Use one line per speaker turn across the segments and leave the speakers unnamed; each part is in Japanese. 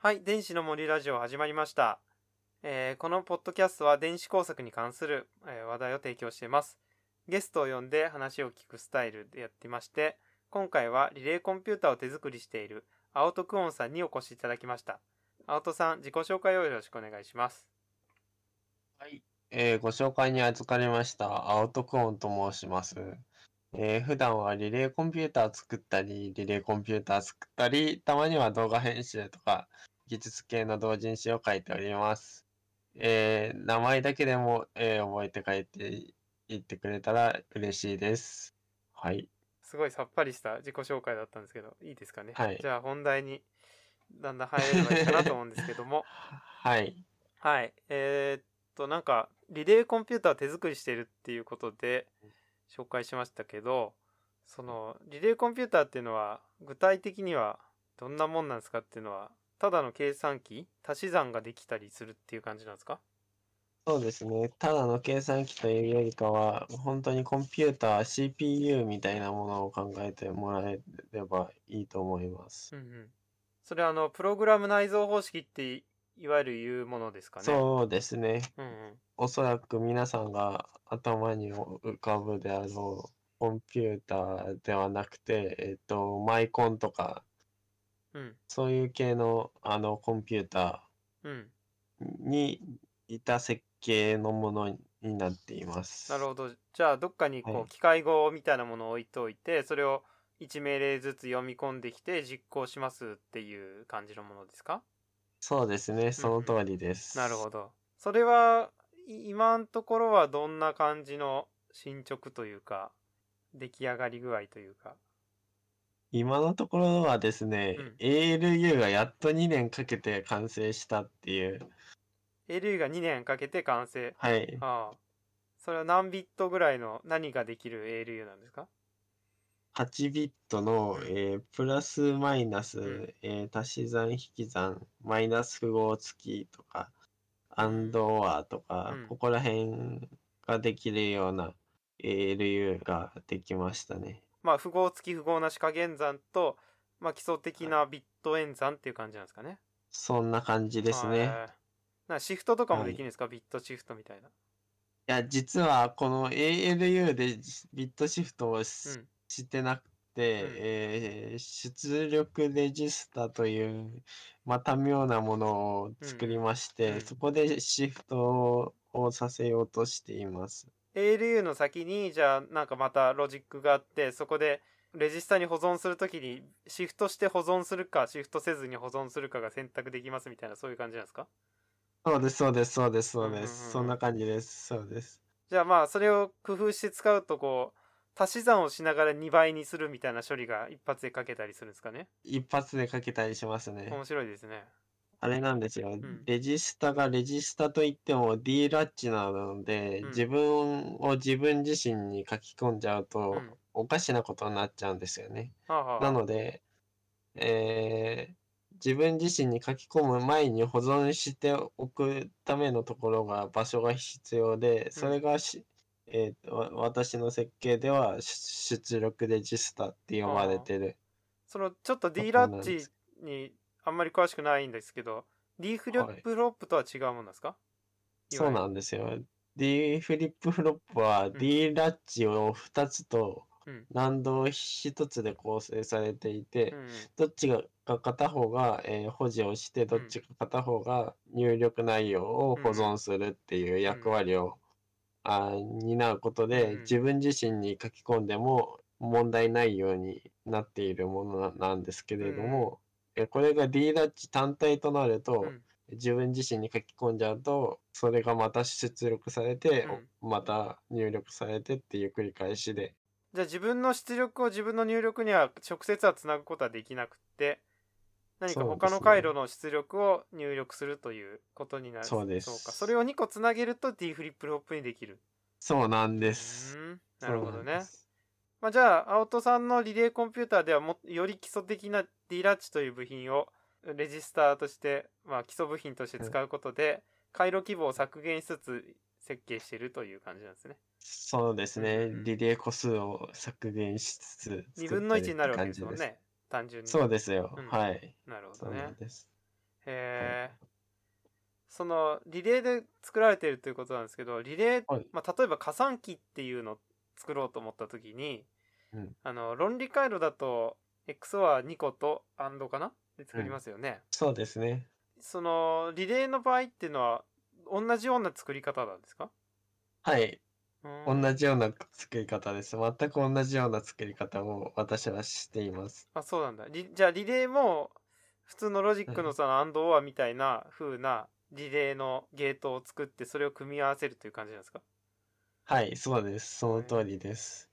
はい、電子の森ラジオ始まりました。えーこのポッドキャストは電子工作に関する、えー話題を提供しています。ゲストを呼んで話を聞くスタイルでやってまして、今回はリレーコンピューターを手作りしている青戸久音さんにお越しいただきました。青戸さん、自己紹介をよろしくお願いします。
はい、えーご紹介に預かりました、青戸クオンと申します。えー普段はリレーコンピューター作ったり、リレーコンピューター作ったり、たまには動画編集とか、技術系の同人誌を書いております。えー名前だけでも、えー覚えて帰っていってくれたら嬉しいです。はい、
すごいさっぱりした自己紹介だったんですけど、いいですかね。
はい
じゃあ本題にだんだん入れればいいかなと思うんですけども、
はい、
はい。えーっと、なんか、リレーコンピューター手作りしてるっていうことで紹介しましたけど、その、リレーコンピューターっていうのは、具体的にはどんなもんなんですかっていうのは、ただの計算機足し算ができたりするっていう感じなんですか
そうですね。ただの計算機というよりかは、本当にコンピューター、CPU みたいなものを考えてもらえればいいと思います。
うんうん。それはあの、プログラム内蔵方式ってい、いわゆる言うものですかね。
そうですね。
う。うんうん。
おそらく皆さんが頭に浮かぶであろう、コンピューターではなくて、えっと、マイコンとか、
うん。
そういう系の、あの、コンピュータ
うん。
ーに似た設計のものになっています。
なるほど。じゃあ、どっかにこ
は
う、
い
機械語みたいなものを置いといて、それを1命令ずつ読み込んできて実行しますっていう感じのものですか
そうですね。その通りです。
なるほど。それは、い今のところはどんな感じの進捗というか、出来上がり具合というか。
今のところはですね、
うん
ALU がやっと2年かけて完成したっていう、
LU が2年かけて完成。
はい、
ああ。それは何ビットぐらいの何ができる ALU なんですか
8ビットの
う、ん
えープラスマイナス、
ん
えー足し算引き算、マイナス符号付きとか、アンドオアとか、
うん
ここら辺ができるような ALU ができましたね。
まあ、符号付き符号なし加減算と、まあ、基礎的なビット演算っていう感じなんですかね。
そんな感じです
はい
ね。
なんかシフトとかも
はい
できるんですか、ビットシフトみたいな。
いや、実はこの ALU でビットシフトを
う
し
ん。
してなくて、
うん
えー出力レジスタというまた妙なものを作りまして、
うん
そこでシフトをさせようとしています。
ALU の先に、じゃあ、なんかまたロジックがあって、そこで、レジスタに保存するときに、シフトして保存するか、シフトせずに保存するかが選択できますみたいな、そういう感じなんですか
そうです、そうです、そうです、そう
うんうんう
で
ん
す。そんな感じです、そうです。
じゃあまあ、それを工夫して使うと、こう、足し算をしながら2倍にするみたいな処理が一発でかけたりするんですかね。
一発でかけたりしますね。
面白いですね。
あれなんですよ。
ん
レジスタがレジスタといっても D ラッチなので、
うん
自分を自分自身に書き込んじゃう
う
と、
ん。
おかしなことになっちゃうんですよね。
はあはあ
なので、えー自分自身に書き込む前に保存しておくためのところが場所が必要で、それがし、えーとわ私の設計では出出力レジスタって呼ばれてる。
そのちょっと
そう
D ラ
な
ッ
んで
チ
す
にあんまり詳しくないんですけど、D フリップフロップとは違うもんなんですか、
そうなんですよ。D フリップフロップは D ラッチを2つと
うん
難度を1つで構成されていて、
うんうん
どっちが片方が、えー保持をして、どっちか片方が入力内容を保存するっていう役割を、あー担うこと
う
で
ん、
自分自身に書き込んでも問題ないようになっているものななんですけれども、えーこれが D ラッチ単体となると、
うん
自分自身に書き込んじゃうと、それがまた出力されて、
うん
また入力されてっていう繰り返しで、
じゃあ自分の出力を自分の入力には直接はつなぐことはできなくって、何か
そうですね
他の回路の出力を入力するということになる。
そうです
か。それを2個つなげると D フリップフロップにできる。
そうなんです。
うんなるほ
そ
ど
うなん
ね
で。す
まあ、じゃあ青戸さんのリレーコンピューターではもより基礎的な D ラッチという部品をレジスターとして、まあ、基礎部品として使うことで、回路規模を削減しつつ設計しているという感じなんですね。
そうですね、
うんうん
リレー個数を削減しつつ作
2分の
って
1になるわけ
って
ですもんね。単純に。
そうですよ、
うん
はい
なるほ
そ
ど
うな
ね
ん。です
へえ。そのリレーで作られてるということなんですけど、リレー、
はい
まあ、例えば加算機っていうのを作ろうと思った時に、
うん
あの論理回路だと XOR は2個と AND かなで作りますよね。
そうですね
そのリレーの場合っていうのは同じような作り方なんですか？
はい、
うん
同じような作り方です全く同じような作り方を私はしています
あ、そうなんだ。リじゃあリレーも普通のロジックのその AND OR みたいな風なリレーのゲートを作ってそれを組み合わせるという感じなんですか？
はいそうですその通りです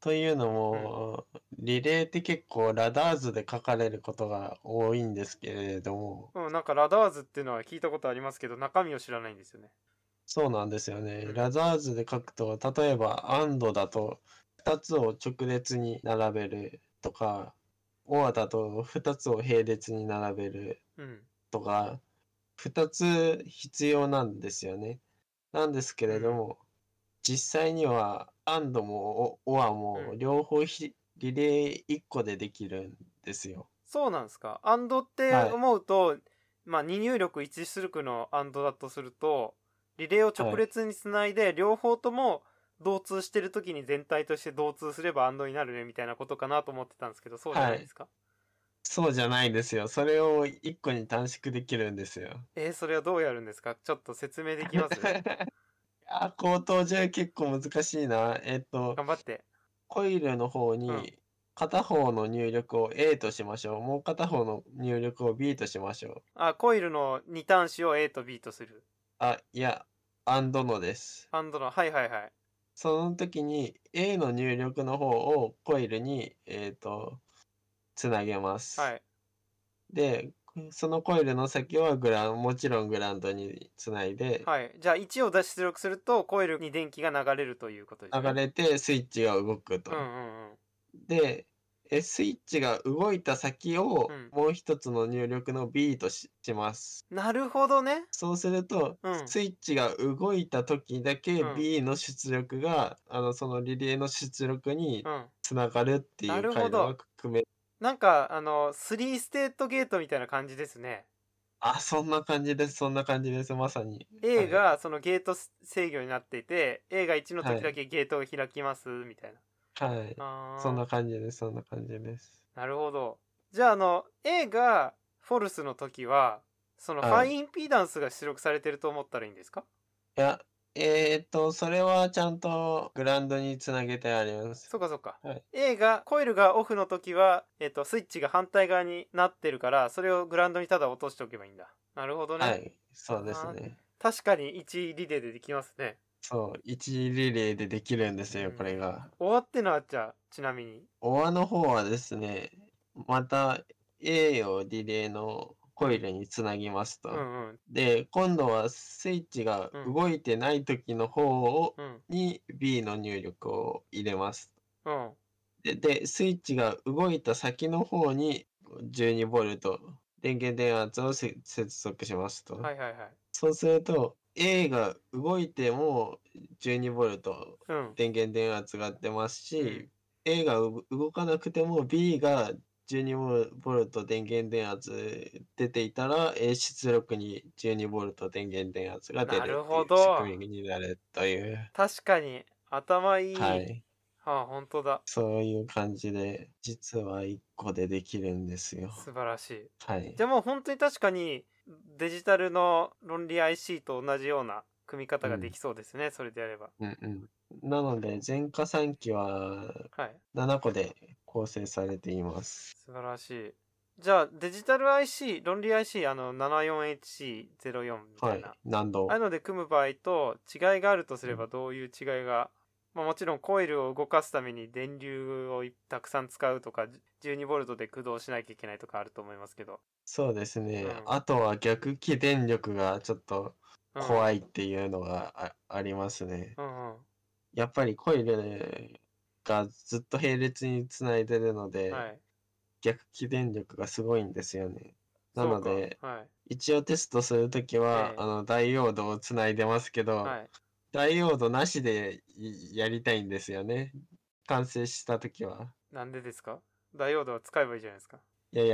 というのも、リレーって結構ラダーズで書かれることが多いんですけれども
うん、なんかラダーズっていうのは聞いたことありますけど中身を知らないんですよね。
そうなんですよね。
うん
ラザーズで書くと、例えば、アンドだと、2つを直列に並べるとか、オアだと、2つを並列に並べる
うん。
とか、2つ必要なんですよね。なんですけれども、実際には、アンドもオアも
う、ん
両方ひリレー1個でできるんですよ。
そうなんですか。アンドって
はい
思うと、まあ二入力一出力のアンドだとするとリレーを直列につないで両方とも導通してる時に全体として導通すればアンドになるねみたいなことかなと思ってたんですけどそうじゃないですか、
そうじゃないんですよ。それを1個に短縮できるんですよ。
えー、それはどうやるんですかちょっと説明でき ます
あ、口頭じゃ結構難しいな。えっと、
頑張って
コイルの方
うん
に片方の入力を A としましょう。もう片方の入力を B としましょう。
あコイルの2端子を A と B とする
あ、いや、アンドのです。
アンドのはいはいはい
その時に A の入力の方をコイルに、えっと、つなげます。
はい
で、そのコイルの先はグラン、もちろんグラウンドにつないで、
はいじゃあ1を出出力するとコイルに電気が流れるということですね
流れてスイッチが動くと
うん。うんうん
で、えスイッチが動いた先を
うん
もう一つの入力の B としします。
なるほどね
そうすると、
うん
スイッチが動いた時だけ
うん
B の出力が、あのそのリレーの出力に
うん
つながるってい
な
う
るほ
回路
ど
を組め
なんかあの3ステートゲートみたいな感じですね
あそんな感じですそんな感じですまさに。
A
はい
がそのゲート制御になっていて A が1の時だけゲートを開きますみたい
はい、
な、あー
そんな感じですそんな感じです。
なるほどじゃああの A がフォルスの時はその
は
ファ
い
インピーダンスが出力されてると思ったらいいんですか、
いやえっ、とそれはちゃんとグラウンドにつなげてあります。
そうかそうか、
はい
A がコイルがオフの時は、えっとスイッチが反対側になってるからそれをグラウンドにただ落としておけばいいんだなるほどね、
はいそうです
あー
ね。
確かに1リレーでできますね
そう、1リレーでできるんですよ、
うん
これが。
終わってのあっちゃちなみに
オアの方はですね、また A をリレーのコイルにつなぎますと。
うんうん
で、今度はスイッチが
うん
動いてない時の方を、
うん
に B の入力を入れます。
うん
で、でスイッチが動いた先の方に 12V 電源電圧をせ接続しますと。
はいはいはい
そうすると、A が動いても 12V
うん
電源電圧が出ますし、
うん
A がう動かなくても B が 12V 電源電圧出ていたら A 出力に 12V 電源電圧が出るってい
なる
う
ほど
仕組みになるという、
確かに頭いい、
はい、
ああ本当だ
そういう感じで実は1個でできるんですよ。
素晴らしい
はい
じ、ゃあもう本当に確かにデジタルの論理 IC と同じような組み方ができそうですね、それでやれば
うんうん、なので全加算機は
はい
7個で構成されています。
素晴らしいじゃあデジタル IC 論理 IC あの 74HC04 みた
はいい
な、、
難度
ああいうので組む場合と違いがあるとすれば
う
どういう違いが、まあ、もちろんコイルを動かすために電流をいたくさん使うとか12ボルトで駆動しなきゃいけないとかあると思いますけど、
そうですね。
うん
あとは逆起電力がちょっと
うん
怖いっていうのがあ,、ありますね。
うんうん
やっぱりコイルがずっと並列につないでるので、
はい
逆起電力がすごいんですよね。なので
そうかはい
一応テストするときは、
ええ
あのダイオードをつないでますけど、
はい
ダイオードなしでいやりたいんですよね。完成したときは。
なんでですかダイオードは使えばいいじゃないですか。
いやい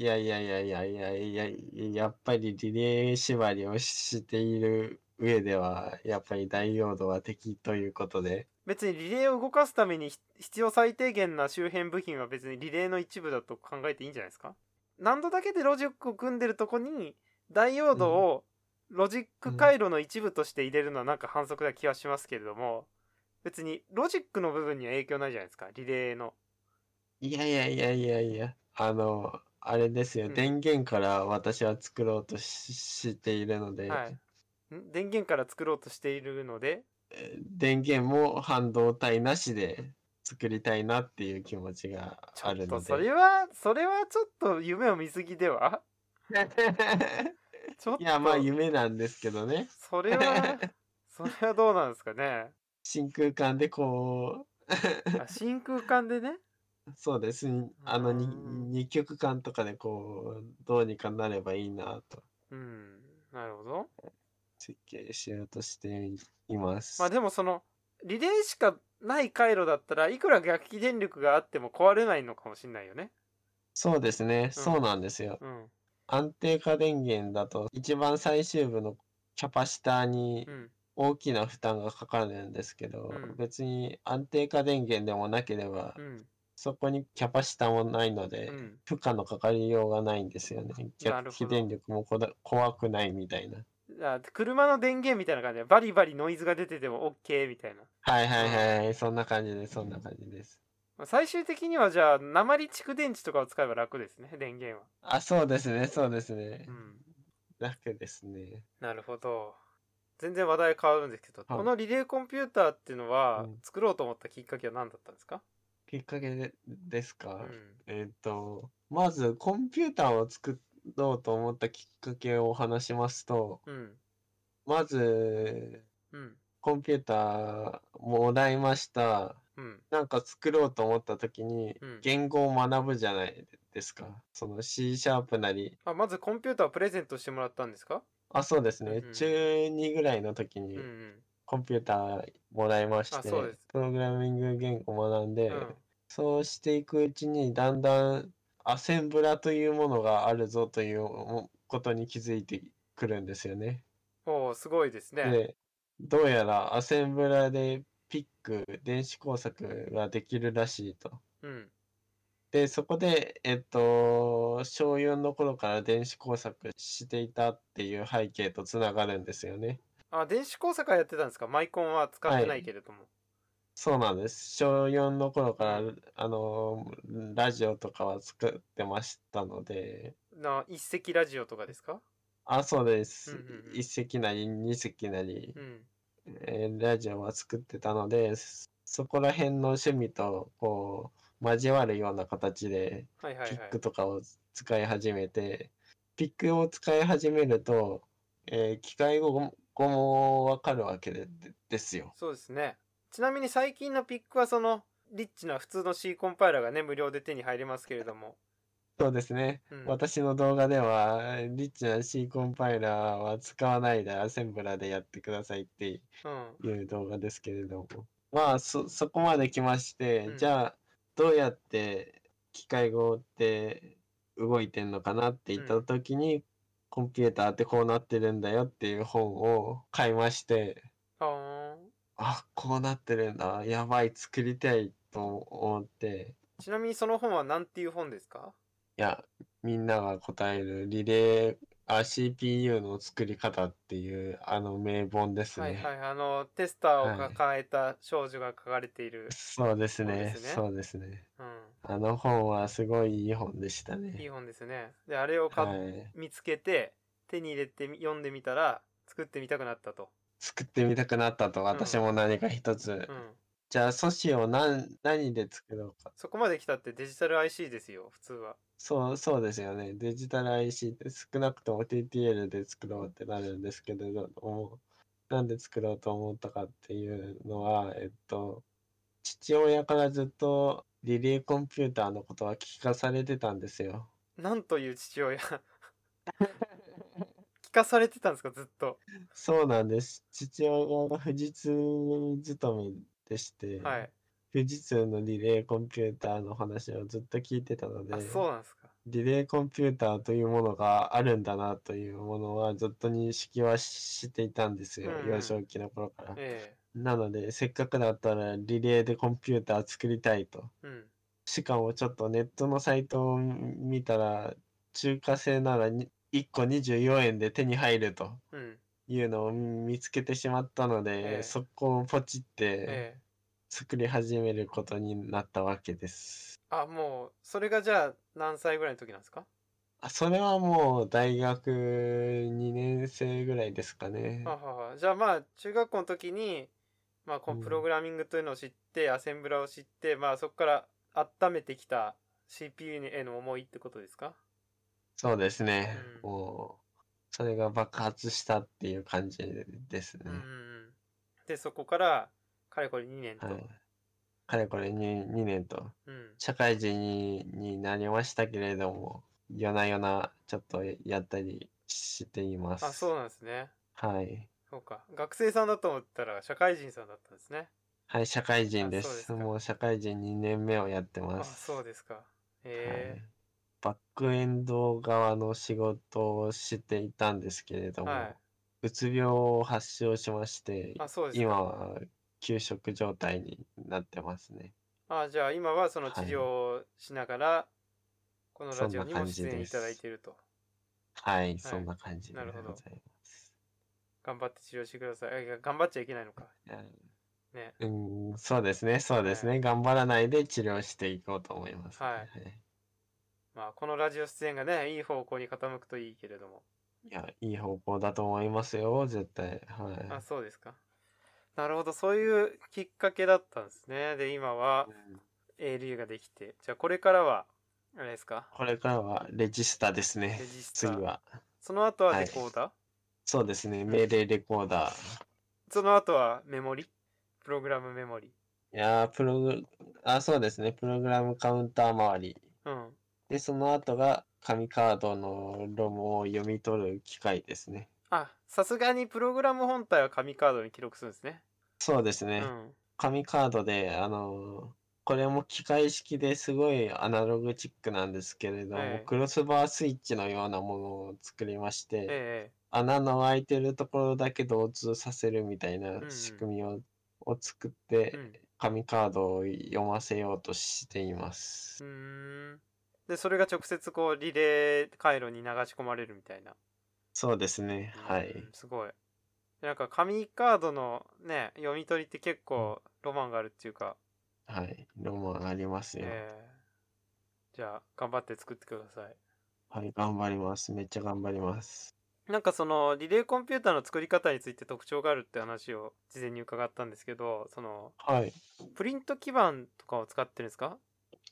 やいやいやいやいやいやいややっぱりリレー縛りをしている上ではやっぱりダイオードは敵ということで
別にリレーを動かすためにひ必要最低限な周辺部品は別にリレーの一部だと考えていいんじゃないですか難度だけでロジックを組んでるとこにダイオードをロジック回路の一部として入れるのはなんか反則な気はしますけれども別にロジックの部分には影響ないじゃないですかリレーの
いやいやいやいやいやあのあれですよ、
うん
電源から私は作ろうとししているので、
はいん電源から作ろうとしているので
え電源も半導体なしで作りたいなっていう気持ちが
ちょ
あ
っ
る
と
の
そ
で
れはそれはちょっと夢を見すぎではちょっと
いやまあ夢なんですけどね
それはそれはどうなんですかね
真空管でこう
あ真空管でね
そうですねあのに
うん
二極管とかでこうどうにかなればいいなと
うんなるほど
設計しようとしています
まあでもそのリレーしかない回路だったらいくら逆起電力があっても壊れないのかもしれないよね
そうですねそうなんですよ
うん
安定化電源だと一番最終部のキャパシターに
うん
大きな負担がかかるんですけど、
うん
別に安定化電源でもなければ、
うん
そこにキャパシタもないので、
うん
負荷のかかりようがないんですよね
なる
逆
ほど
起電力もこだ怖くないみたいな
あ車の電源みたいな感じでバリバリノイズが出てても OK みたいな
はいはいはい、そんな感じですそんな感じです
まあ最終的にはじゃあ鉛蓄電池とかを使えば楽ですね電源は
あそうですねそうですね、
うん
楽ですね
なるほど全然話題変わるんですけど、
はい
このリレーコンピューターっていうのは、
うん
作ろうと思ったきっかけは何だったんですか、
きっかけでですか、
うん
えっとまずコンピューターを作ろうと思ったきっかけを話しますと
うん
まず
うん
コンピューターもらいました。
うん
なんか作ろうと思った時に
うん
言語を学ぶじゃないですか。その C シャープなり。
あまずコンピューターをプレゼントしてもらったんですか
あ、そうですね。
うん
中2ぐらいの時
う
に
んうん
コンピューターもらいまして、
あそうです
プログラミング言語を学んで、
うん
そうしていくうちにだんだんアセンブラというものがあるぞということに気づいてくるんですよね。
おおすごいですね
で、どうやらアセンブラでピック、電子工作ができるらしいと。
うん
で、そこで、えっと、小4の頃から電子工作していたっていう背景とつながるんですよね。
あ電子工作はやってたんですかマイコンは使ってないけれども、
そうなんです。小4の頃から、あの、ラジオとかは作ってましたので、
な一石ラジオとかですか
あ、そうです。
うんうんうん
一席なり二席なり
う、ん
えーラジオは作ってたので、そそこら辺の趣味とこう交わるような形で
はいはい
ピ
は
ッ
い
クとかを使い始めて、ピックを使い始めると、えー機械語も語もわかるわけででですよ。
そうですねちなみに最近のピックはそのリッチな普通の C コンパイラーがね無料で手に入れますけれども、
そうですね。
うん、
私の動画では、リッチな C コンパイラーは使わないでアセンブラーでやってくださいって
うん
いう動画ですけれども。まあ、そ、そこまで来まして、
うん
じゃあ、どうやって機械語って動いてんのかなって言った
うん
時に、コンピューターってこうなってるんだよっていう本を買いまして、
あー
あ、こうなってるんだ。やばい、作りたいと思って、
ちなみにその本は何ていう本ですか
いや、みんなが答えるリレー、あ、CPU の作り方っていう、あの名本です
はい
ね。
はいあのテスターを
はい
抱えた少女が書かれている、
そうです
そうで
ね
すね。
そうですね。あの本はすごいいい本でした
うん、いい
ね。
本ですねであれを買っ
はい。
見つけて手に入れてみ読んでみたら作ってみたくなったと、
作ってみたくなったと、私も何か一つ。
うん、
じゃあ、素子を何、何で作ろうか。
そこまで来たってデジタル IC ですよ普通は
そう、そうですよね。デジタル IC って少なくとも TTL で作ろうってなるんですけれども、なんで作ろうと思ったかっていうのは、えっと、父親からずっとリレーコンピューターのこと は聞かされてたんですよ。
なんという父親聞聞かされてたんですか、ずっと。
そうなんです。父親が富士通勤めでして、
はい。
富士通のリレーコンピューターの話をずっと聞いてたの
あ、
で、
そうなんですか。
リレーコンピューターというものがあるんだなというものはずっと認識はしていたんですよ、
うんうん
幼少期の頃から。
え
なので、せっかくだったらリレーでコンピューター作りたいと。
えうん。
しかもちょっとネットのサイトを見たら、中華製ならに1個24円で手に入ると
うん。
いうのを見つけてしまったの
ええ
で、そこをポチって
ええ
作り始めることになったわけです。
あ、もう、それがじゃあ、何歳ぐらいの時なんですか
あ、それはもう大学2年生ぐらいですかね。
はははじゃあまあ中学校の時に、まあ、この
うん
プログラミングというのを知って、アセンブラを知って、まあ、そこから温めてきた CPU への思いってことですか
そうですね。
うん
もう、それが爆発したっていう感じですね
うん。うんうんでそこからかれこれ2年と、
はい。かれこれ 2, 2年と。
うん、
社会人にになりましたけれども、夜な夜なちょっとやったりしています。
あそうなんですね
はい。
そうか学生さんだと思ったら社会人さんだったんですね
はい、社会人
あ
で
そうです
す。
か
もう社会人2年目をやって
あ
ます。
そうですかへ
は
え
いバックエンド側の仕事をしていたんですけれども、
は
うつ病を発症しまして、
あそうですか
今は休職状態になってますね。
あじゃあ今はその治
はい
療をしながら、このラジオにも
そ
出
んな感じ
演
で
い
す
ただいていると
はい、そんな感じで
な
ご
るほど
ざいます。
頑張って治療してくださいあいや頑張っちゃいけないのか
いや
ね
うーん、そうですね、そうですね。頑張らないで治療していこうと思いますね。
はい
い。
まあ、このラジオ出演がね、いい方向に傾くといいけれども。
いや、いい方向だと思いますよ、絶対。
あ、
は。
そうですか。なるほど、そういうきっかけだったんですね。で、今はい
うん
ALU ができて、じゃあこれからは、あれですか、
これからはレジスタです
レ
ね。
ジスタ
次は。
その後は
は
レ
い
コーダー、
そうですね、命令レコーダー。
その後はメモリプログラムメモリ
いやー、プログ、あ、そうですね、プログラムカウンター周り。
うん。
で、その後が紙カードのロムを読み取る機械ですね。
あ、さすがにプログラム本体は紙カードに記録するんですね。
そうです
う
ね、
ん。
紙カードで、あのーこれも機械式ですごいアナログチックなんですけれども、
ええ
クロスバースイッチのようなものを作りまして、
え
穴の開いてるところだけ同通させるみたい
んう
なん仕組みを、を作っ
え
て、
うん。う
紙カードを読ませようとしています。
ーん。で、それが直接こう、リレー回路に流し込まれるみたいな。
そうですね、は
う
い
ん。すごい。なんか紙カードのね、読み取りって結構ロマンがあるっていうか、
はい、ロマンありますよ。
えーじゃあ頑張って作ってください。
はい、頑張ります。めっちゃ頑張ります。
なんかそのリレーコンピューターの作り方について特徴があるって話を事前に伺ったんですけど、その
はい、
プリント基板とかを使ってるんですか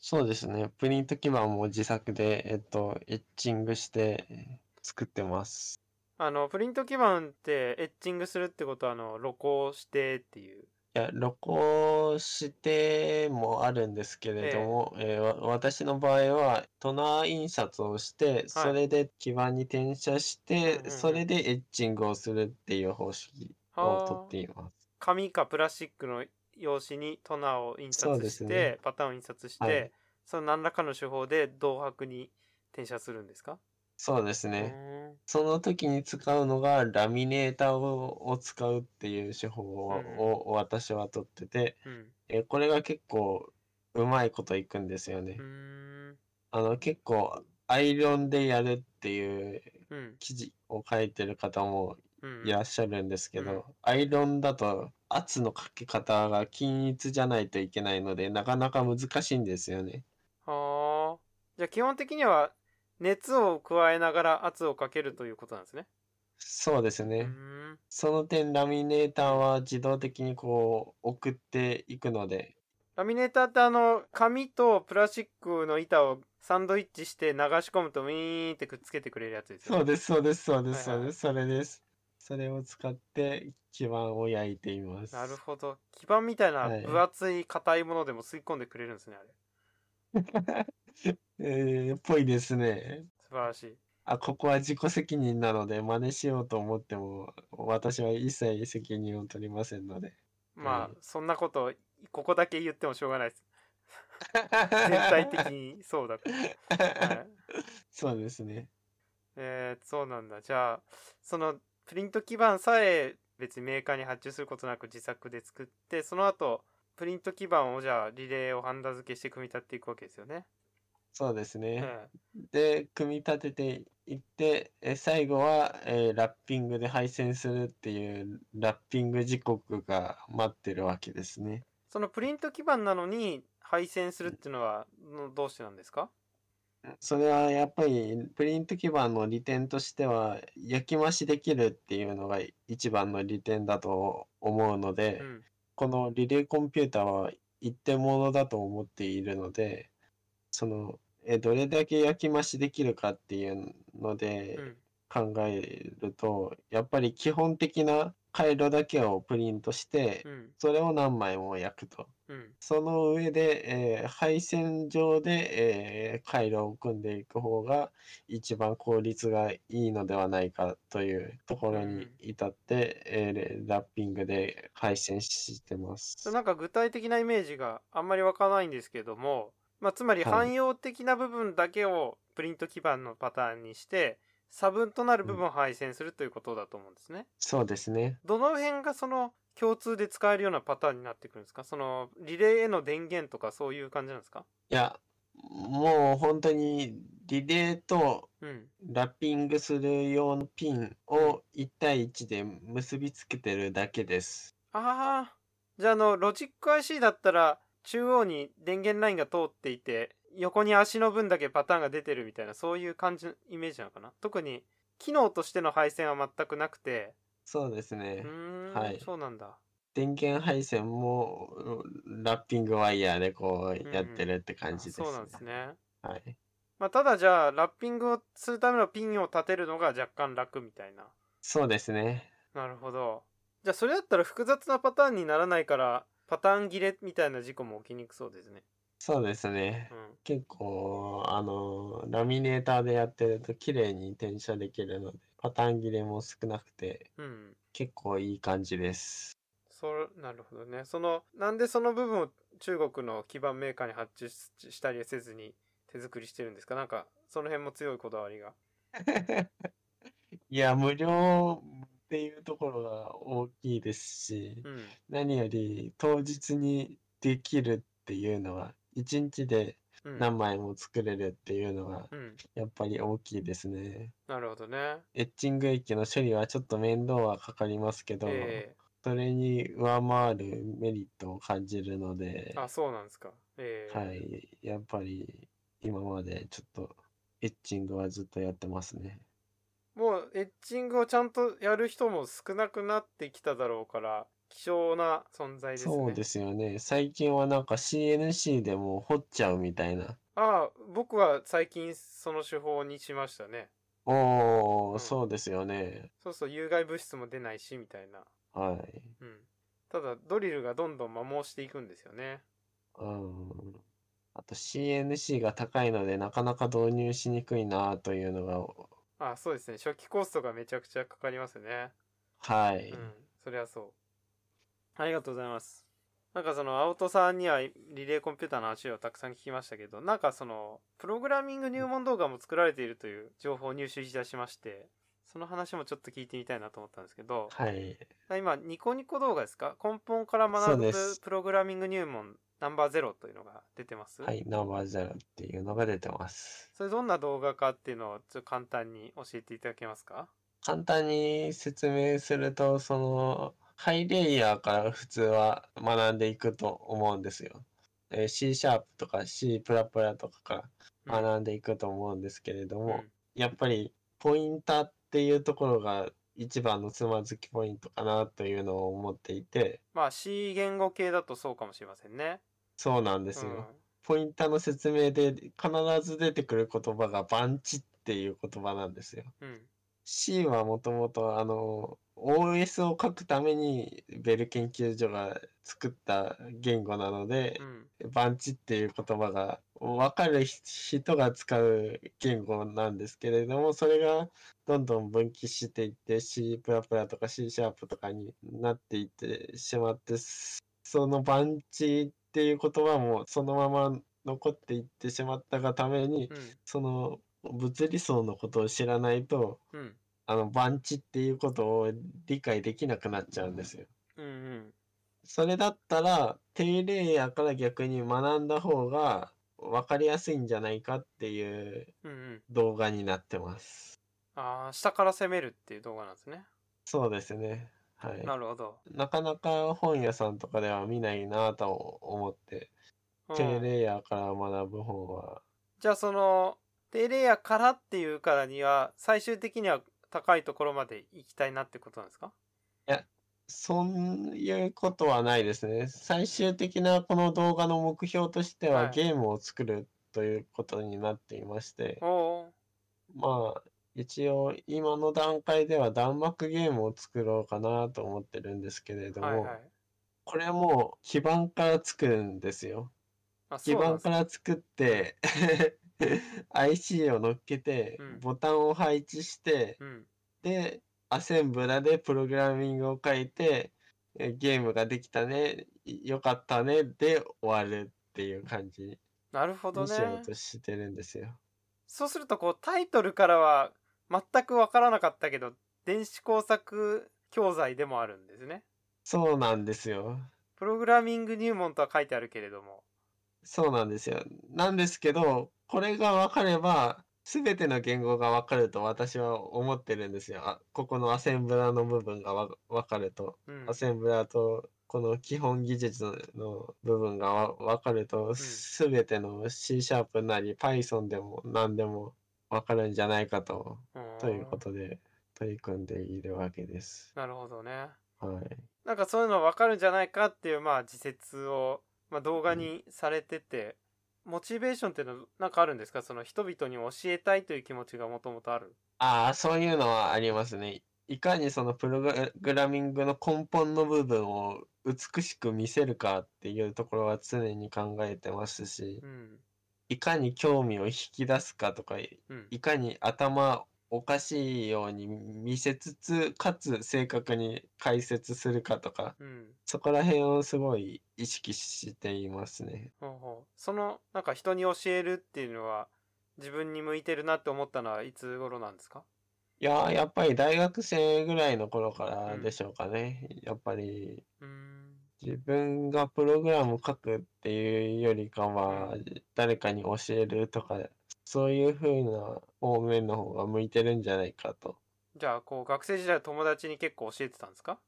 そうですね。プリント基板も自作で、えっと、エッチングして作ってます。
あの、プリント基板ってエッチングするってことはあの、露光してっていう。
いや、録音してもあるんですけ
え
れど
え
も、えーわ私の場合は、トナー印刷をして、それで基板に転写し
うんうんう
て、
ん
それでエッチングをするっていう方式をとっています。
紙かプラスチックの用紙にトナーを印
そう
刷
で
して、
すね
パターンを印刷して、
はい
その何らかの手法で銅箔に転写するんですか、
そうですね。
う
その時に使うのがラミネーターをを使うっていう手法
う
を
ん
を私は取ってて、
ーん
えこれが結構うまいこといくんですよね
う。んう
あの結構アイロンでやるっていう
ーんうん
記事を書いてる方も
うん
いらっしゃるんですけ
うん
ど、アイロンだと圧のかけ方が均一じゃないといけないので、なかなか難しいんですよね。
はあじゃあ基本的には熱を加えながら圧をかけるということなんですね
そうですね。
うーん
その点ラミネーターは自動的にこう送っていくので、
ラミネーターってあの紙とプラスチックの板をサンドイッチして流し込むとウィーンってくっつけてくれるやつですよ
そう
ね
です、そうです、そうです、
はい
そう
はい
です、それです。それを使って基板を焼いています。
なるほど基板みたいな
はい
分厚い硬いものでも吸い込んでくれるんですねあれ
えー、ぽいですね。
素晴らしい。
あ、ここは自己責任なので、真似しようと思っても、私は一切責任を取りませんので。
まあ、
うん
そんなことここだけ言ってもしょうがないです全体的にそうだから、はい
そうですね。
えー、そうなんだじゃあそのプリント基板さえ別にメーカーに発注することなく自作で作ってその後プリント基板をじゃあリレーをハンダ付けして組み立てていくわけですよね。
そうです
うん
ね。で、組み立てていって、え最後は、えーラッピングで配線するっていうラッピング時刻が待ってるわけですね。
そのプリント基板なのに配線するっていうのはのどうしてなんですか
それはやっぱりプリント基板の利点としては焼き増しできるっていうのが一番の利点だと思うので、
うん
このリレーコンピューターは一点物だと思っているので、その、え、どれだけ焼き増しできるかっていうので
うん
考えると、やっぱり基本的な回路だけをプリントして
う、ん
それを何枚も焼くと。
うん
その上で、えー配線上で、えー回路を組んでいく方が一番効率がいいのではないかというところに至って、えーラッピングで配線してます。
それなんか具体的なイメージがあんまり湧かないんですけども、まあ、つまり
はい
汎用的な部分だけをプリント基板のパターンにして差分となる部分を配線するということだと思うんですね。
そうですね。
どの辺がその共通で使えるようなパターンになってくるんですかそのリレーへの電源とかそういう感じなんですか
いや、もう本当にリレーと
うん
ラッピングする用のピンを1対1で結びつけてるだけです。
ああ、じゃああの、ロジック IC だったら、中央に電源ラインが通っていて、横に足の分だけパターンが出てるみたいな、そういう感じのイメージなのかな特に、機能としての配線は全くなくて、
そうです
う
ね。
ーん、
はい
そうなんだ。
電源配線もうラッピングワイヤーで
ん
こ
うん
うやってるって感じです、
そうなんです。ね。
はい。
まあ、ただじゃあ、ラッピングをするためのピンを立てるのが若干楽みたいな。
そうですね。
なるほど。じゃあ、それだったら複雑なパターンにならないから、パターン切れみたいな事故も起きにくそうですね。
そうですね
う。ん。
結構、あの、ラミネーターでやってると綺麗に転写できるので、パターン切れも少なくて、
うん。
結構いい感じです。
そうなるほどねそのなんでその部分を中国の基盤メーカーに発注ししたりせずに手作りしてるんですかなんかその辺も強いこだわりが
いや、無料っていうところが大きいですし、
うん
何より当日にできるっていうのは、一日で
うん
何枚も作れるっていうのが、
うん
やっぱり大きいですね。
なるほどね
エッチング液の処理はちょっと面倒はかかりますけど、
え
それに上回るメリットを感じるので
え、あそうなんですかええ
はい、やっぱり今までちょっとエッチングはずっとやってますね。
もうエッチングをちゃんとやる人も少なくなってきただろうから希少な存在ですね
そうですよね。最近はなんか CNC でもう掘っちゃうみたいな。
ああ僕は最近その手法にしましたね
おー、
うん
そうですよね。
そうそう有害物質も出ないしみたいな
はい。
うんただドリルがどんどん摩耗していくんですよね
うん。あと CNC が高いのでなかなか導入しにくいなというのが、
あそうですね初期コストがめちゃくちゃかかりますね
はい。
うんそりゃそうありがとうございますなんかその青戸さんにはリレーコンピューターの話をたくさん聞きましたけどなんかそのプログラミング入門動画も作られているという情報を入手いたしましてその話もちょっと聞いてみたいなと思ったんですけど
はい。
今ニコニコ動画ですか根本から
そ
学
う
ぶ
です
プログラミング入門ナンバーゼロというのが出てます
はい、ナンバーゼロっていうのが出てます。
それどんな動画かっていうのをちょっと簡単に教えていただけますか
簡単に説明すると、その、ハイレイヤーから普通は学んでいくと思うんですよ。えー C シャープとか C プラプラとかから
うん
学んでいくと思うんですけれど
う
も、
ん
やっぱりポインターっていうところが一番のつまずきポイントかなというのを思っていて、
まあ C 言語系だとそうかもしれませんね。
そうなんですよ。ポインターの説明で必ず出てくる言葉がバンチっていう言葉なんですよ。
うん。
C はもともとあの OS を書くためにベル研究所が作った言語なので
う、ん。
バンチっていう言葉が分かる人が使う言語なんですけれどもそれがどんどん分岐していって C プラプラとか C シャープとかになっていってしまってそのバンチっていう言葉もそのまま残っていってしまったがために
うん。
その物理層のことを知らないと
うん。
あのバンチっていうことを理解できなくなっちゃうんですよ。
うん。うん。
それだったら、低レイヤーから逆に学んだ方が分かりやすいんじゃないかっていう
うん。うん。
動画になってます。
ああ、下から攻めるっていう動画なんですね。
そうですね。はい。
なるほど。
なかなか本屋さんとかでは見ないなと思って、
うん
低レイヤーから学ぶ本は、
じゃあその低レイヤーからっていうからには最終的には高いところまで行きたいなってことなんですか
そういうことはないですね。最終的なこの動画の目標としては
はい
ゲームを作るということになっていまして、
おお
まあ、一応今の段階では弾幕ゲームを作ろうかなと思ってるんですけれ
ー
ど
はい
も、
はい
これも基盤から作るんですよ。
あ
基
そうなん
盤
です
か
から
作って、IC を乗っけて
うん、
ボタンを配置して、
うん
で、アセンブラでプログラミングを書いて、えゲームができたね、よかったね、で終わるっていう感じに
なるほどね
しようとしてるんですよ。
そうするとこうタイトルからは全く分からなかったけど電子工作教材でもあるんですね
そうなんですよ。
プログラミング入門とは書いてあるけれども
そうなんですよ。なんですけど、これが分かれば、すべての言語が分かると私は思ってるんですよ。あ、ここのアセンブラの部分がわ分かると、
うん
アセンブラとこの基本技術の部分がわ分かると、すべての C シャープなり Python でも何でも分かるんじゃないかと、
うん
ということで取り組んでいるわけです。
なるほどね
はい。
なんかそういうの分かるんじゃないかっていうまあ自説を、まあ、動画にされてて、モチベーションっていうのはなんかあるんですかその人々に教えたいという気持ちがもともとある。
ああ、そういうのはありますね。いかにそのプログラミングの根本の部分を美しく見せるかっていうところは常に考えてますし
う、ん
いかに興味を引き出すかとか、い
うん
いかに頭おかしいように見せつつ、かつ正確に解説するかとか、
うん
そこら辺をすごい意識していますね。
ほうほうそのなんか人に教えるっていうのは自分に向いてるなって思ったのはいつ頃なんですか
いやー、やっぱり大学生ぐらいの頃から
うん
でしょうかね。やっぱり。
うーん
自分がプログラムを書くっていうよりかは
う
誰かに教えるとかそういう風な方面の方が向いてるんじゃないかと
じゃあこう学生時代友達に結構教えてたんですか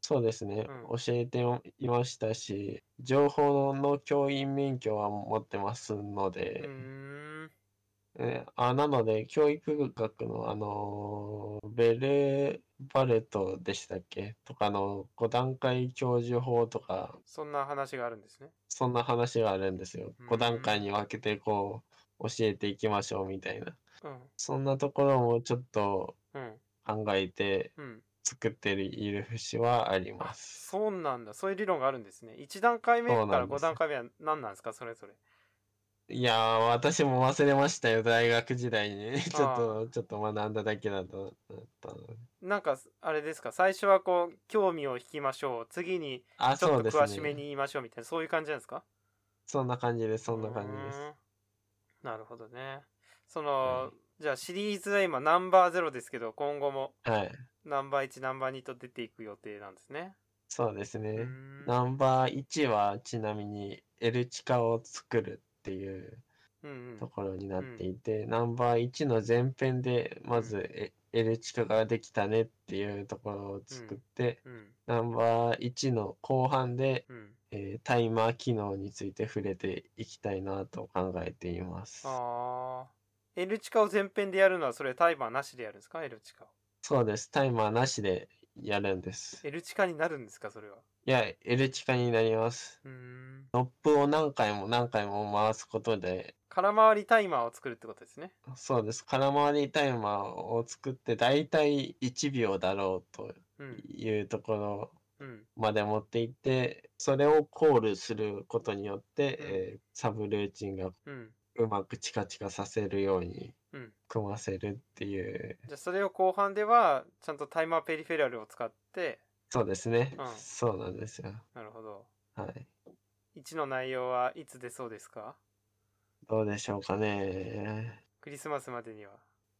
そうですね、
う
教えていましたし情報の教員免許は持ってますの
うー
で、
ん
えあなので教育学のあのーベルバルトでしたっけとかの5段階教授法とか
そんな話があるんですね。
そんな話があるんですよ
うん。
5段階に分けてこう教えていきましょうみたいな。
うん
そんなところもちょっと
うん
考えて
うん
作っている節はあり
あ
ます。
そうなんだそういう理論があるんですね1段階目
そう
か
な
ら
んで
5
す
段階目は何なんですかそれぞれ
いやー、私も忘れましたよ。大学時代に。ちょっと、ちょっと学んだだけだとだったので。
なんかあれですか最初はこう興味を引きましょう次に
あ、
ちょ
そ
っ
うで
と
す
詳しめ
ね。
に言いましょうみたいなそういう感じなんですか
そんな感じです。そんな感じです
う。ーんなるほどねそ
は
の、じゃあシリーズは今ナンバー0ですけど今後も
はい。
ナンバー1ナンバー2と出ていく予定なんですね
そうです
うー
ね。
ん
ナンバー1はちなみに L チカを作るっていう。
うんうん
ところになっていて、ナンバー1の前編でまずえ L 地下ができたねっていうところを作って、
うん
ナンバー1の後半で、
うん
えータイマー機能について触れていきたいなと考えています。
ああ L チカを前編でやるのはそれタイマーなしでやるんですか L チカを
そうです。タイマーなしでやるんです。
L チカになるんですかそれはい
や、L 地下になります。
うーん
ノップを何回も何回も回すことで、
空回りタイマーを作るってことですね
そうです。空回りタイマーを作って大体1秒だろうと
ううん
いうところ
うん
まで持っていって、それをコールすることによって、
うん
えーサブルーチンが
うん
うまくチカチカさせるように
うん
組ませるっていう、
じゃあそれを後半ではちゃんとタイマーペリフェラルを使って
そうですね、
うん
そうなんですよ。
なるほど
はい。
1の内容はいつ出そうですか
どうでしょうかね。
クリスマスまでには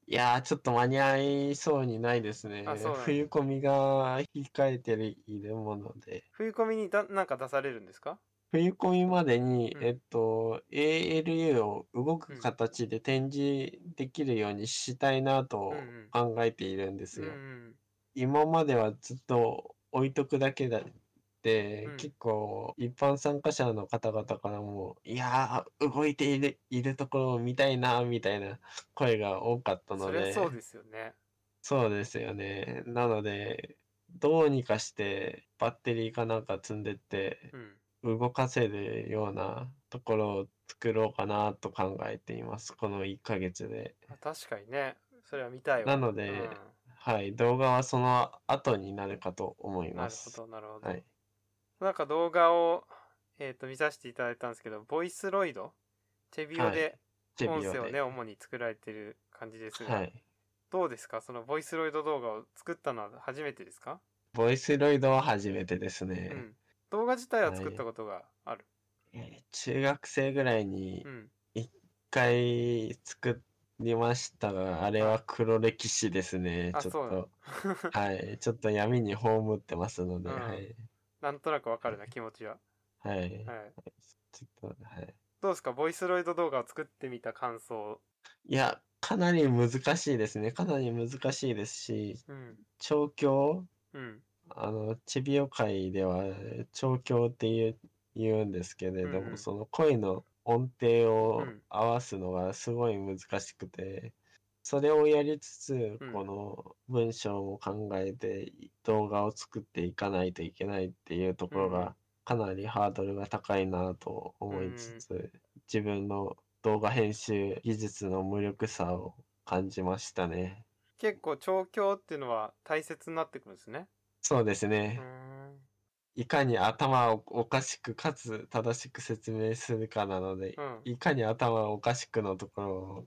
い
やー、ちょっと間に合いそうにないですね
あそうなん。だ
冬込みが控えてるもので、
冬コミにだなんか出されるんですか
冬込みまでに、
うん
えっと、ALU を動
う
く
ん
形で展示できるようにしたいな
うん
と
うん
考えているんで
う
す
んう
よ。
ん
今まではずっと置いとくだけだって、
うん
結構一般参加者の方々からも「いやー動いているいるところを見たいな」みたいな声が多かった
そ
の
りゃ
で
そうですよね
そうですよねなのでどうにかしてバッテリーかなんか積んでって
うん
動かせるようなところを作ろうかなと考えていますこの1ヶ月で。
あ確かにねそれは見たいわ
なので、はい、動画はその後になるかと思い
うん、な
ま
るほ
す。
どなるほど、
はい
なんか動画を、えー、と見させていただいたんですけどボイスロイドチェビオで
チェ
音
ビオ
声を
で
ね主に作られてる感じですが、
はい。
どうですかそのボイスロイド動画を作ったのは初めてですか、
ボイスロイドは初めてです
う
ね。
ん、動画自体は作ったことがある、
えー中学生ぐらいに
うん
一回作りましたが、あれは黒歴史ですね。
あ
ちょっ
そうなの
と。 はい。ちょっと闇に葬ってますので、
うん
はい。
なんとなくわかるな気持ちは、
はい。
はい、
ちょっと、はい。
どうですかボイスロイド動画を作ってみた感想
いや、かなり難しいですね。かなり難しいですし、
うん
調教、
うん
あの、チビオ界では調教っていう、言うんですけれど
うんう
も、
ん
その声の音程
う
を
ん
合わすのがすごい難しくて、それをやりつつ
うん、
この文章も考えて動画を作っていかないといけないっていうところ
うんうん
がかなりハードルが高いなと思いつつ、自分の動画編集技術の無力さを感じましたね。
結構調教っていうのは大切になってくるんですね
そうです
う
ね
ー。ん
いかに頭をおかしくかつ正しく説明するかなので
う、ん
いかに頭をおかしくのところ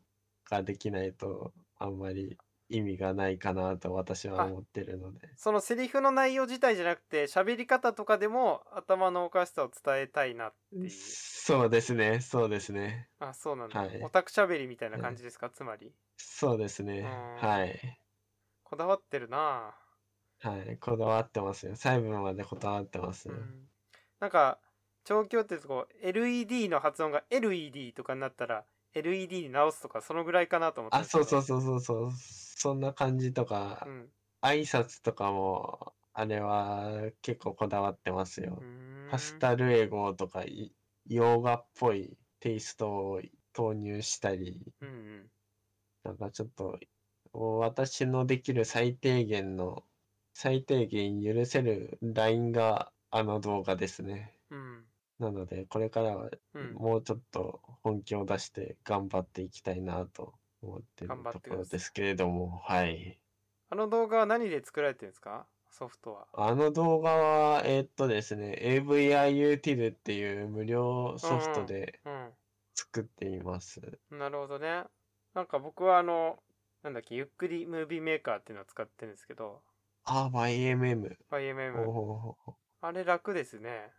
ができないとあんまり意味がないかなと私は
あ
思ってるので、
そのセリフの内容自体じゃなくて喋り方とかでも頭のおかしさを伝えたいなっていう
そうですね、そうですね、
あそうなんだ、
はい
オタク喋りみたいな感じですか、つまり
そうですね、
うん
はい、
こだわってるなあ
はい、こだわってますよ、細部までこだわってます
う
よ。
んなんか調教ってこう LED の発音が LED とかになったら LED に直すとかそのぐらいかなと思ったん
あ、
ですけど
そうそうそうそうそう、そんな感じとか
う、ん
挨拶とかも、あれは結構こだわってますよ。
うーん
パスタルエゴとかい洋画っぽいテイストを投入したり、
うんうん
なんかちょっと私のできる最低限の最低限許せるラインがあの動画ですね。
うん
なのでこれからは
うん
もうちょっと本気を出して頑張っていきたいなと思ってる
頑張って
と
ください
ころですけれども、はい。
あの動画は何で作られてるんですかソフトは
あの動画は、えーっとですね、AVIUTIL っていう無料ソフトで
う
作っています。
んなるほどねなんか僕はあのなんだっけゆっくりムービーメーカーっていうのを使ってるんですけど
あ、YMM。お
YMM
お、
あれ楽ですね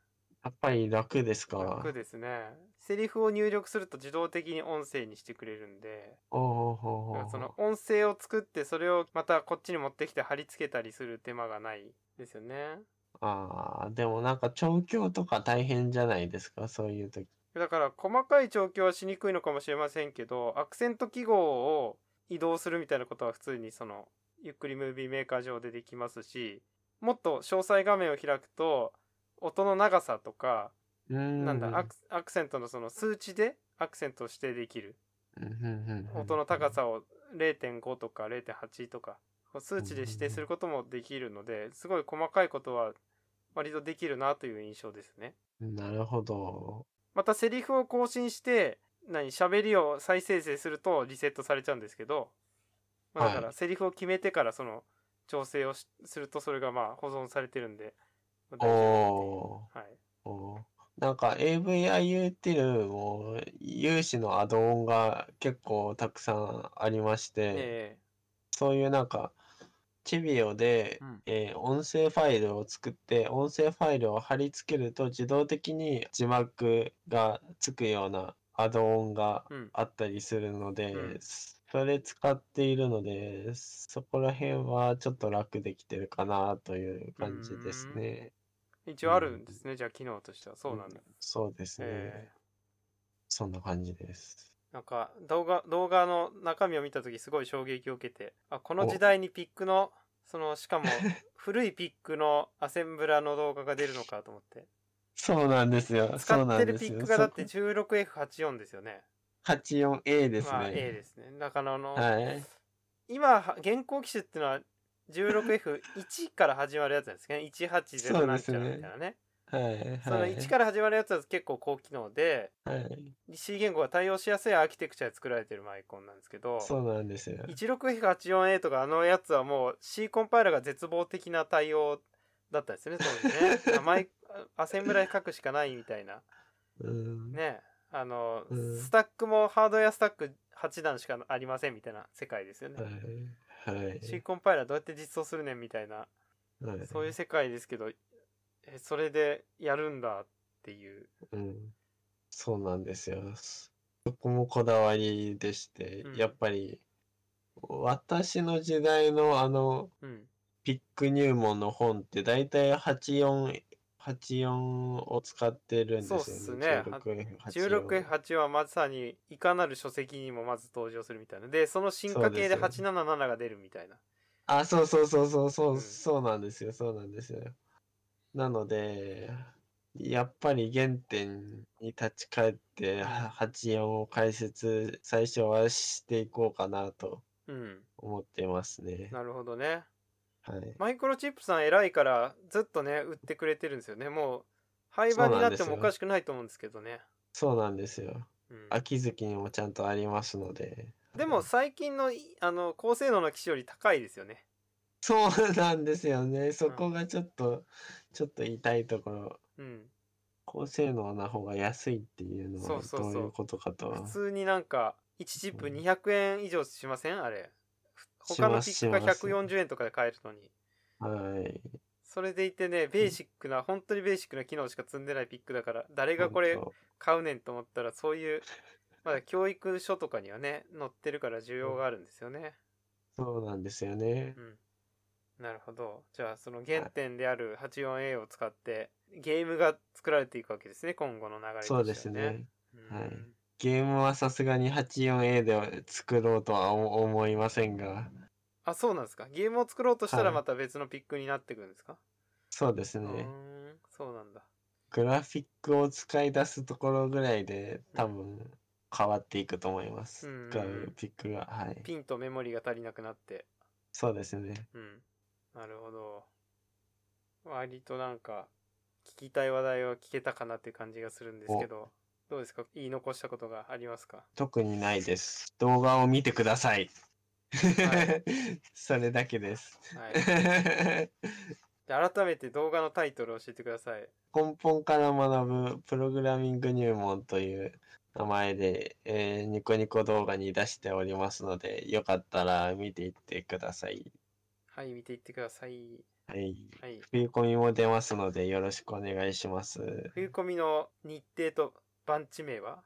やっぱり楽ですか。
楽ですねセリフを入力すると自動的に音声にしてくれるんで
おお
だか
お
らその音声を作ってそれをまたこっちに持ってきて貼り付けたりする手間がないですよね
ああ、でもなんか調教とか大変じゃないですか、そういう時。
だから細かい調教はしにくいのかもしれませんけどアクセント記号を移動するみたいなことは普通にそのゆっくりムービーメーカー上でできますしもっと詳細画面を開くと音の長さとか
うーん。
なんだアクアクセントのその数値でアクセントを指定できる
うんうんうんうん
音の高さを0.5とか0.8とかこう数値で指定することもできるのですごい細かいことは割とできるなという印象ですね。
なるほど。
またセリフを更新して何喋りを再生成するとリセットされちゃうんですけど、まあ、
は
だ
い
からセリフを決めてからその調整をしするとそれがまあ保存されてるんで、まあ大丈
お
夫っていうはい。
ーおー。なんか AVIU っていうもう有志のアドオンが結構たくさんありまして、
え
そういうなんか、チビオで
うん、
えー音声ファイルを作って、音声ファイルを貼り付けると自動的に字幕がつくようなアドオンが
うん
あったりするので、
うん
それ使っているので、そこら辺はちょっと楽できてるかなという感じですね。
え一応あるんですね、じゃあ機能としては。そうなんだ。
そうですね。
え
そんな感じです。
なんか動画動画の中身を見た時すごい衝撃を受けてあこの
お
時代にピックのそのしか も古いピックのアセンブラの動画が出るのかと思って
そうなんですよ。
使
そうな
って
ん
る
で
ピ
す
ッ
よ。
クがだって
そ
16F84 ですよね
84A です
まあ A
ね。
ですねだからあの、
はい。
今は現行機種ってのは 16F1 から始まるやつなんですね180なんちゃらみたいなね
はい、
その
はい、
1から始まるやつは結構高機能で
はい、
C 言語が対応しやすいアーキテクチャで作られてるマイコンなんですけど
そうなんですよ。
16F84A とかあのやつはもう C コンパイラーが絶望的な対応だったんですよね当時ね 名前アセンブラで書くしかないみたいな
うん、
ねあの、
うん
スタックもハードウェアスタック8段しかありませんみたいな世界ですよね、
はい、はい、
C コンパイラーどうやって実装するねんみたいな
はい、
そういう世界ですけどえそれでやるんだっていう
うん、そうなんですよ。そそこもこだわりでして、
うん
やっぱり私の時代のあの
うん
ピック入門の本って大体84 84を使ってるんですよね。
そうっすね
16F84
16F8 はまさにいかなる書籍にもまず登場するみたいなでその進化系で
そうです
877が出るみたいな
あ、そうそうそうそうそう、
うん
そうなんですよ、そうなんですよ。なので、やっぱり原点に立ち返って、は84を解説、最初はしていこうかなと
うん
思ってますね。
なるほどね
はい。
マイクロチップさん偉いからずっとね売ってくれてるんですよねもう廃盤になってもおかしくないと思うんですけどね
そうなんですよ。
うん
秋月にもちゃんとありますので。
でも最近のいあの高性能な機種より高いですよね
そうなんですよね。そこがちょっと、ちょっと痛いところ。
うん
高性能な方が安いっていうの
そ
は
うそうそう
どういうことかと。
普通になんか1チップ
うん
200円以上しませんあれ
し
他の
ま
ピ
す
ックが
します
140円とかで買えるのに
はい。
それでいてねベーシックな本当にベーシックな機能しか積んでないピックだから誰がこれ
本当
買うねんと思ったらそういうまだ教育書とかにはね載ってるから需要があるんですよね、
そうなんですよね
う。んなるほど。じゃあ、その原点である 84A を使って、ゲームが作られていくわけですね、今後の流れとして
そ
は
うですね。
うん
はいゲームはさすがに 84A では作ろうとは思思いませんが、
あ、そうなんですか。ゲームを作ろうとしたら
はい
また別のピックになってくるんですか、
そうです
うー
ね。
ん、そうなんだ。
グラフィックを使い出すところぐらいで多分変わっていくと思います。
うん
グラフィックが。はい。
ピンとメモリが足りなくなって。
そうですね。
うん。なるほど。割となんか、聞きたい話題を聞けたかなっていう感じがするんですけど、どうですか言い残したことがありますか
特にないです。動画を見てください。
は
それだ けです。
はい。で改めて動画のタイトルを教えてください。
根本から学ぶプログラミング入門という名前で、えーニコニコ動画に出しておりますので、よかったら見ていってください。
はい、見ていってください。
はい。
はい。
冬コミも出ますので、よろしくお願いします。
冬コミの日程と番地名は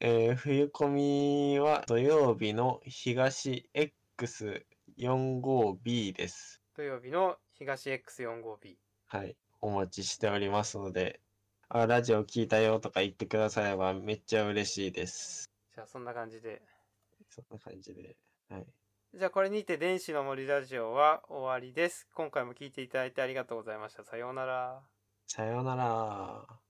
えー冬コミは土曜日の東 X45B です。
土曜日の東 X45B。
はい。お待ちしておりますので、あ、ラジオ聞いたよとか言ってくださればめっちゃ嬉しいです。
じゃあそんな感じで。
そんな感じで。はい。
じゃあこれにて電子の森ラジオは終わりです。今回も聞いていただいてありがとうございました。さようなら。
さようなら。